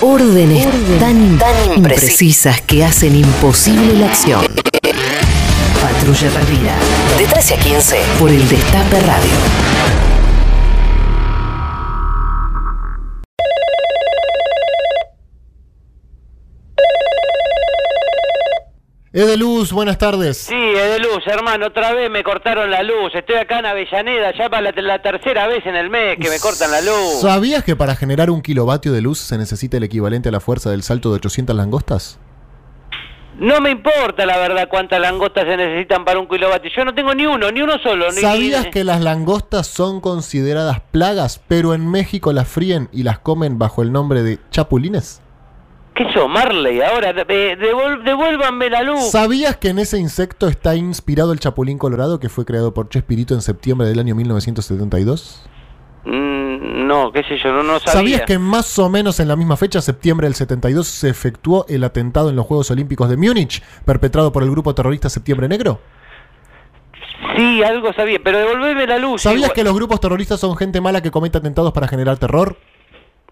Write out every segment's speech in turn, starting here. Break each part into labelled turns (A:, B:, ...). A: órdenes, tan, tan imprecisas que hacen imposible la acción. Patrulla perdida. De 13 a 15. Por el Destape Radio.
B: Edeluz, buenas tardes.
C: Sí, es de luz, hermano. Otra vez me cortaron la luz. Estoy acá en Avellaneda, ya para la, la tercera vez en el mes que me cortan la luz.
B: ¿Sabías que para generar un kilovatio de luz se necesita el equivalente a la fuerza del salto de 800 langostas?
C: No me importa, la verdad, cuántas langostas se necesitan para un kilovatio. Yo no tengo ni uno, ni uno solo. ni-
B: ¿Sabías que las langostas son consideradas plagas, pero en México las fríen y las comen bajo el nombre de chapulines?
C: ¿Qué hizo Marley ahora? Eh, devol- devuélvanme la luz.
B: ¿Sabías que en ese insecto está inspirado el chapulín colorado que fue creado por Chespirito en septiembre del año 1972?
C: Mm, no, qué sé yo, no, no sabía.
B: ¿Sabías que más o menos en la misma fecha, septiembre del 72, se efectuó el atentado en los Juegos Olímpicos de Múnich, perpetrado por el grupo terrorista Septiembre Negro?
C: Sí, algo sabía, pero devolveme la luz.
B: ¿Sabías
C: Pues igual.
B: que los grupos terroristas son gente mala que comete atentados para generar terror?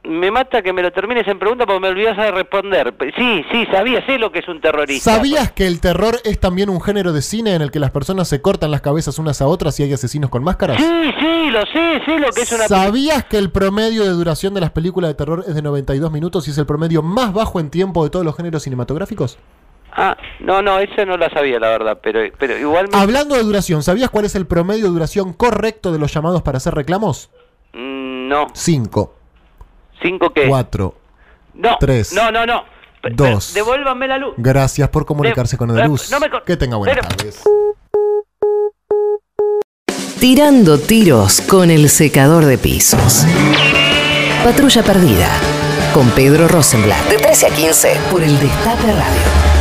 C: Me mata que me lo termines en pregunta porque me olvidas de responder. Sí, sí, sabía, sé lo que es un terrorista.
B: ¿Sabías que el terror es también un género de cine en el que las personas se cortan las cabezas unas a otras y hay asesinos con máscaras?
C: Sí, sí, lo sé, sé lo que Mm, es una...
B: ¿Sabías que el promedio de duración de las películas de terror es de 92 minutos y es el promedio más bajo en tiempo de todos los géneros cinematográficos?
C: Ah, no, no, eso no la sabía, la verdad, pero, pero igual... me-
B: Hablando de duración, ¿sabías cuál es el promedio de duración correcto de los llamados para hacer reclamos?
C: Mm, No,
B: 5,
C: cinco que...
B: 4.
C: no,
B: tres,
C: no, no, no. Pe-
B: dos.
C: pe- Devuélvame la luz.
B: Gracias por comunicarse
C: De-
B: con
C: eh,
B: Edeluz.
C: no me co-
B: que tenga buenas
C: Pero-
B: tardes.
A: Tirando tiros con el secador de pisos. Patrulla perdida. Con Pedro Rosenblatt. De 13 a 15. Por el Destape Radio.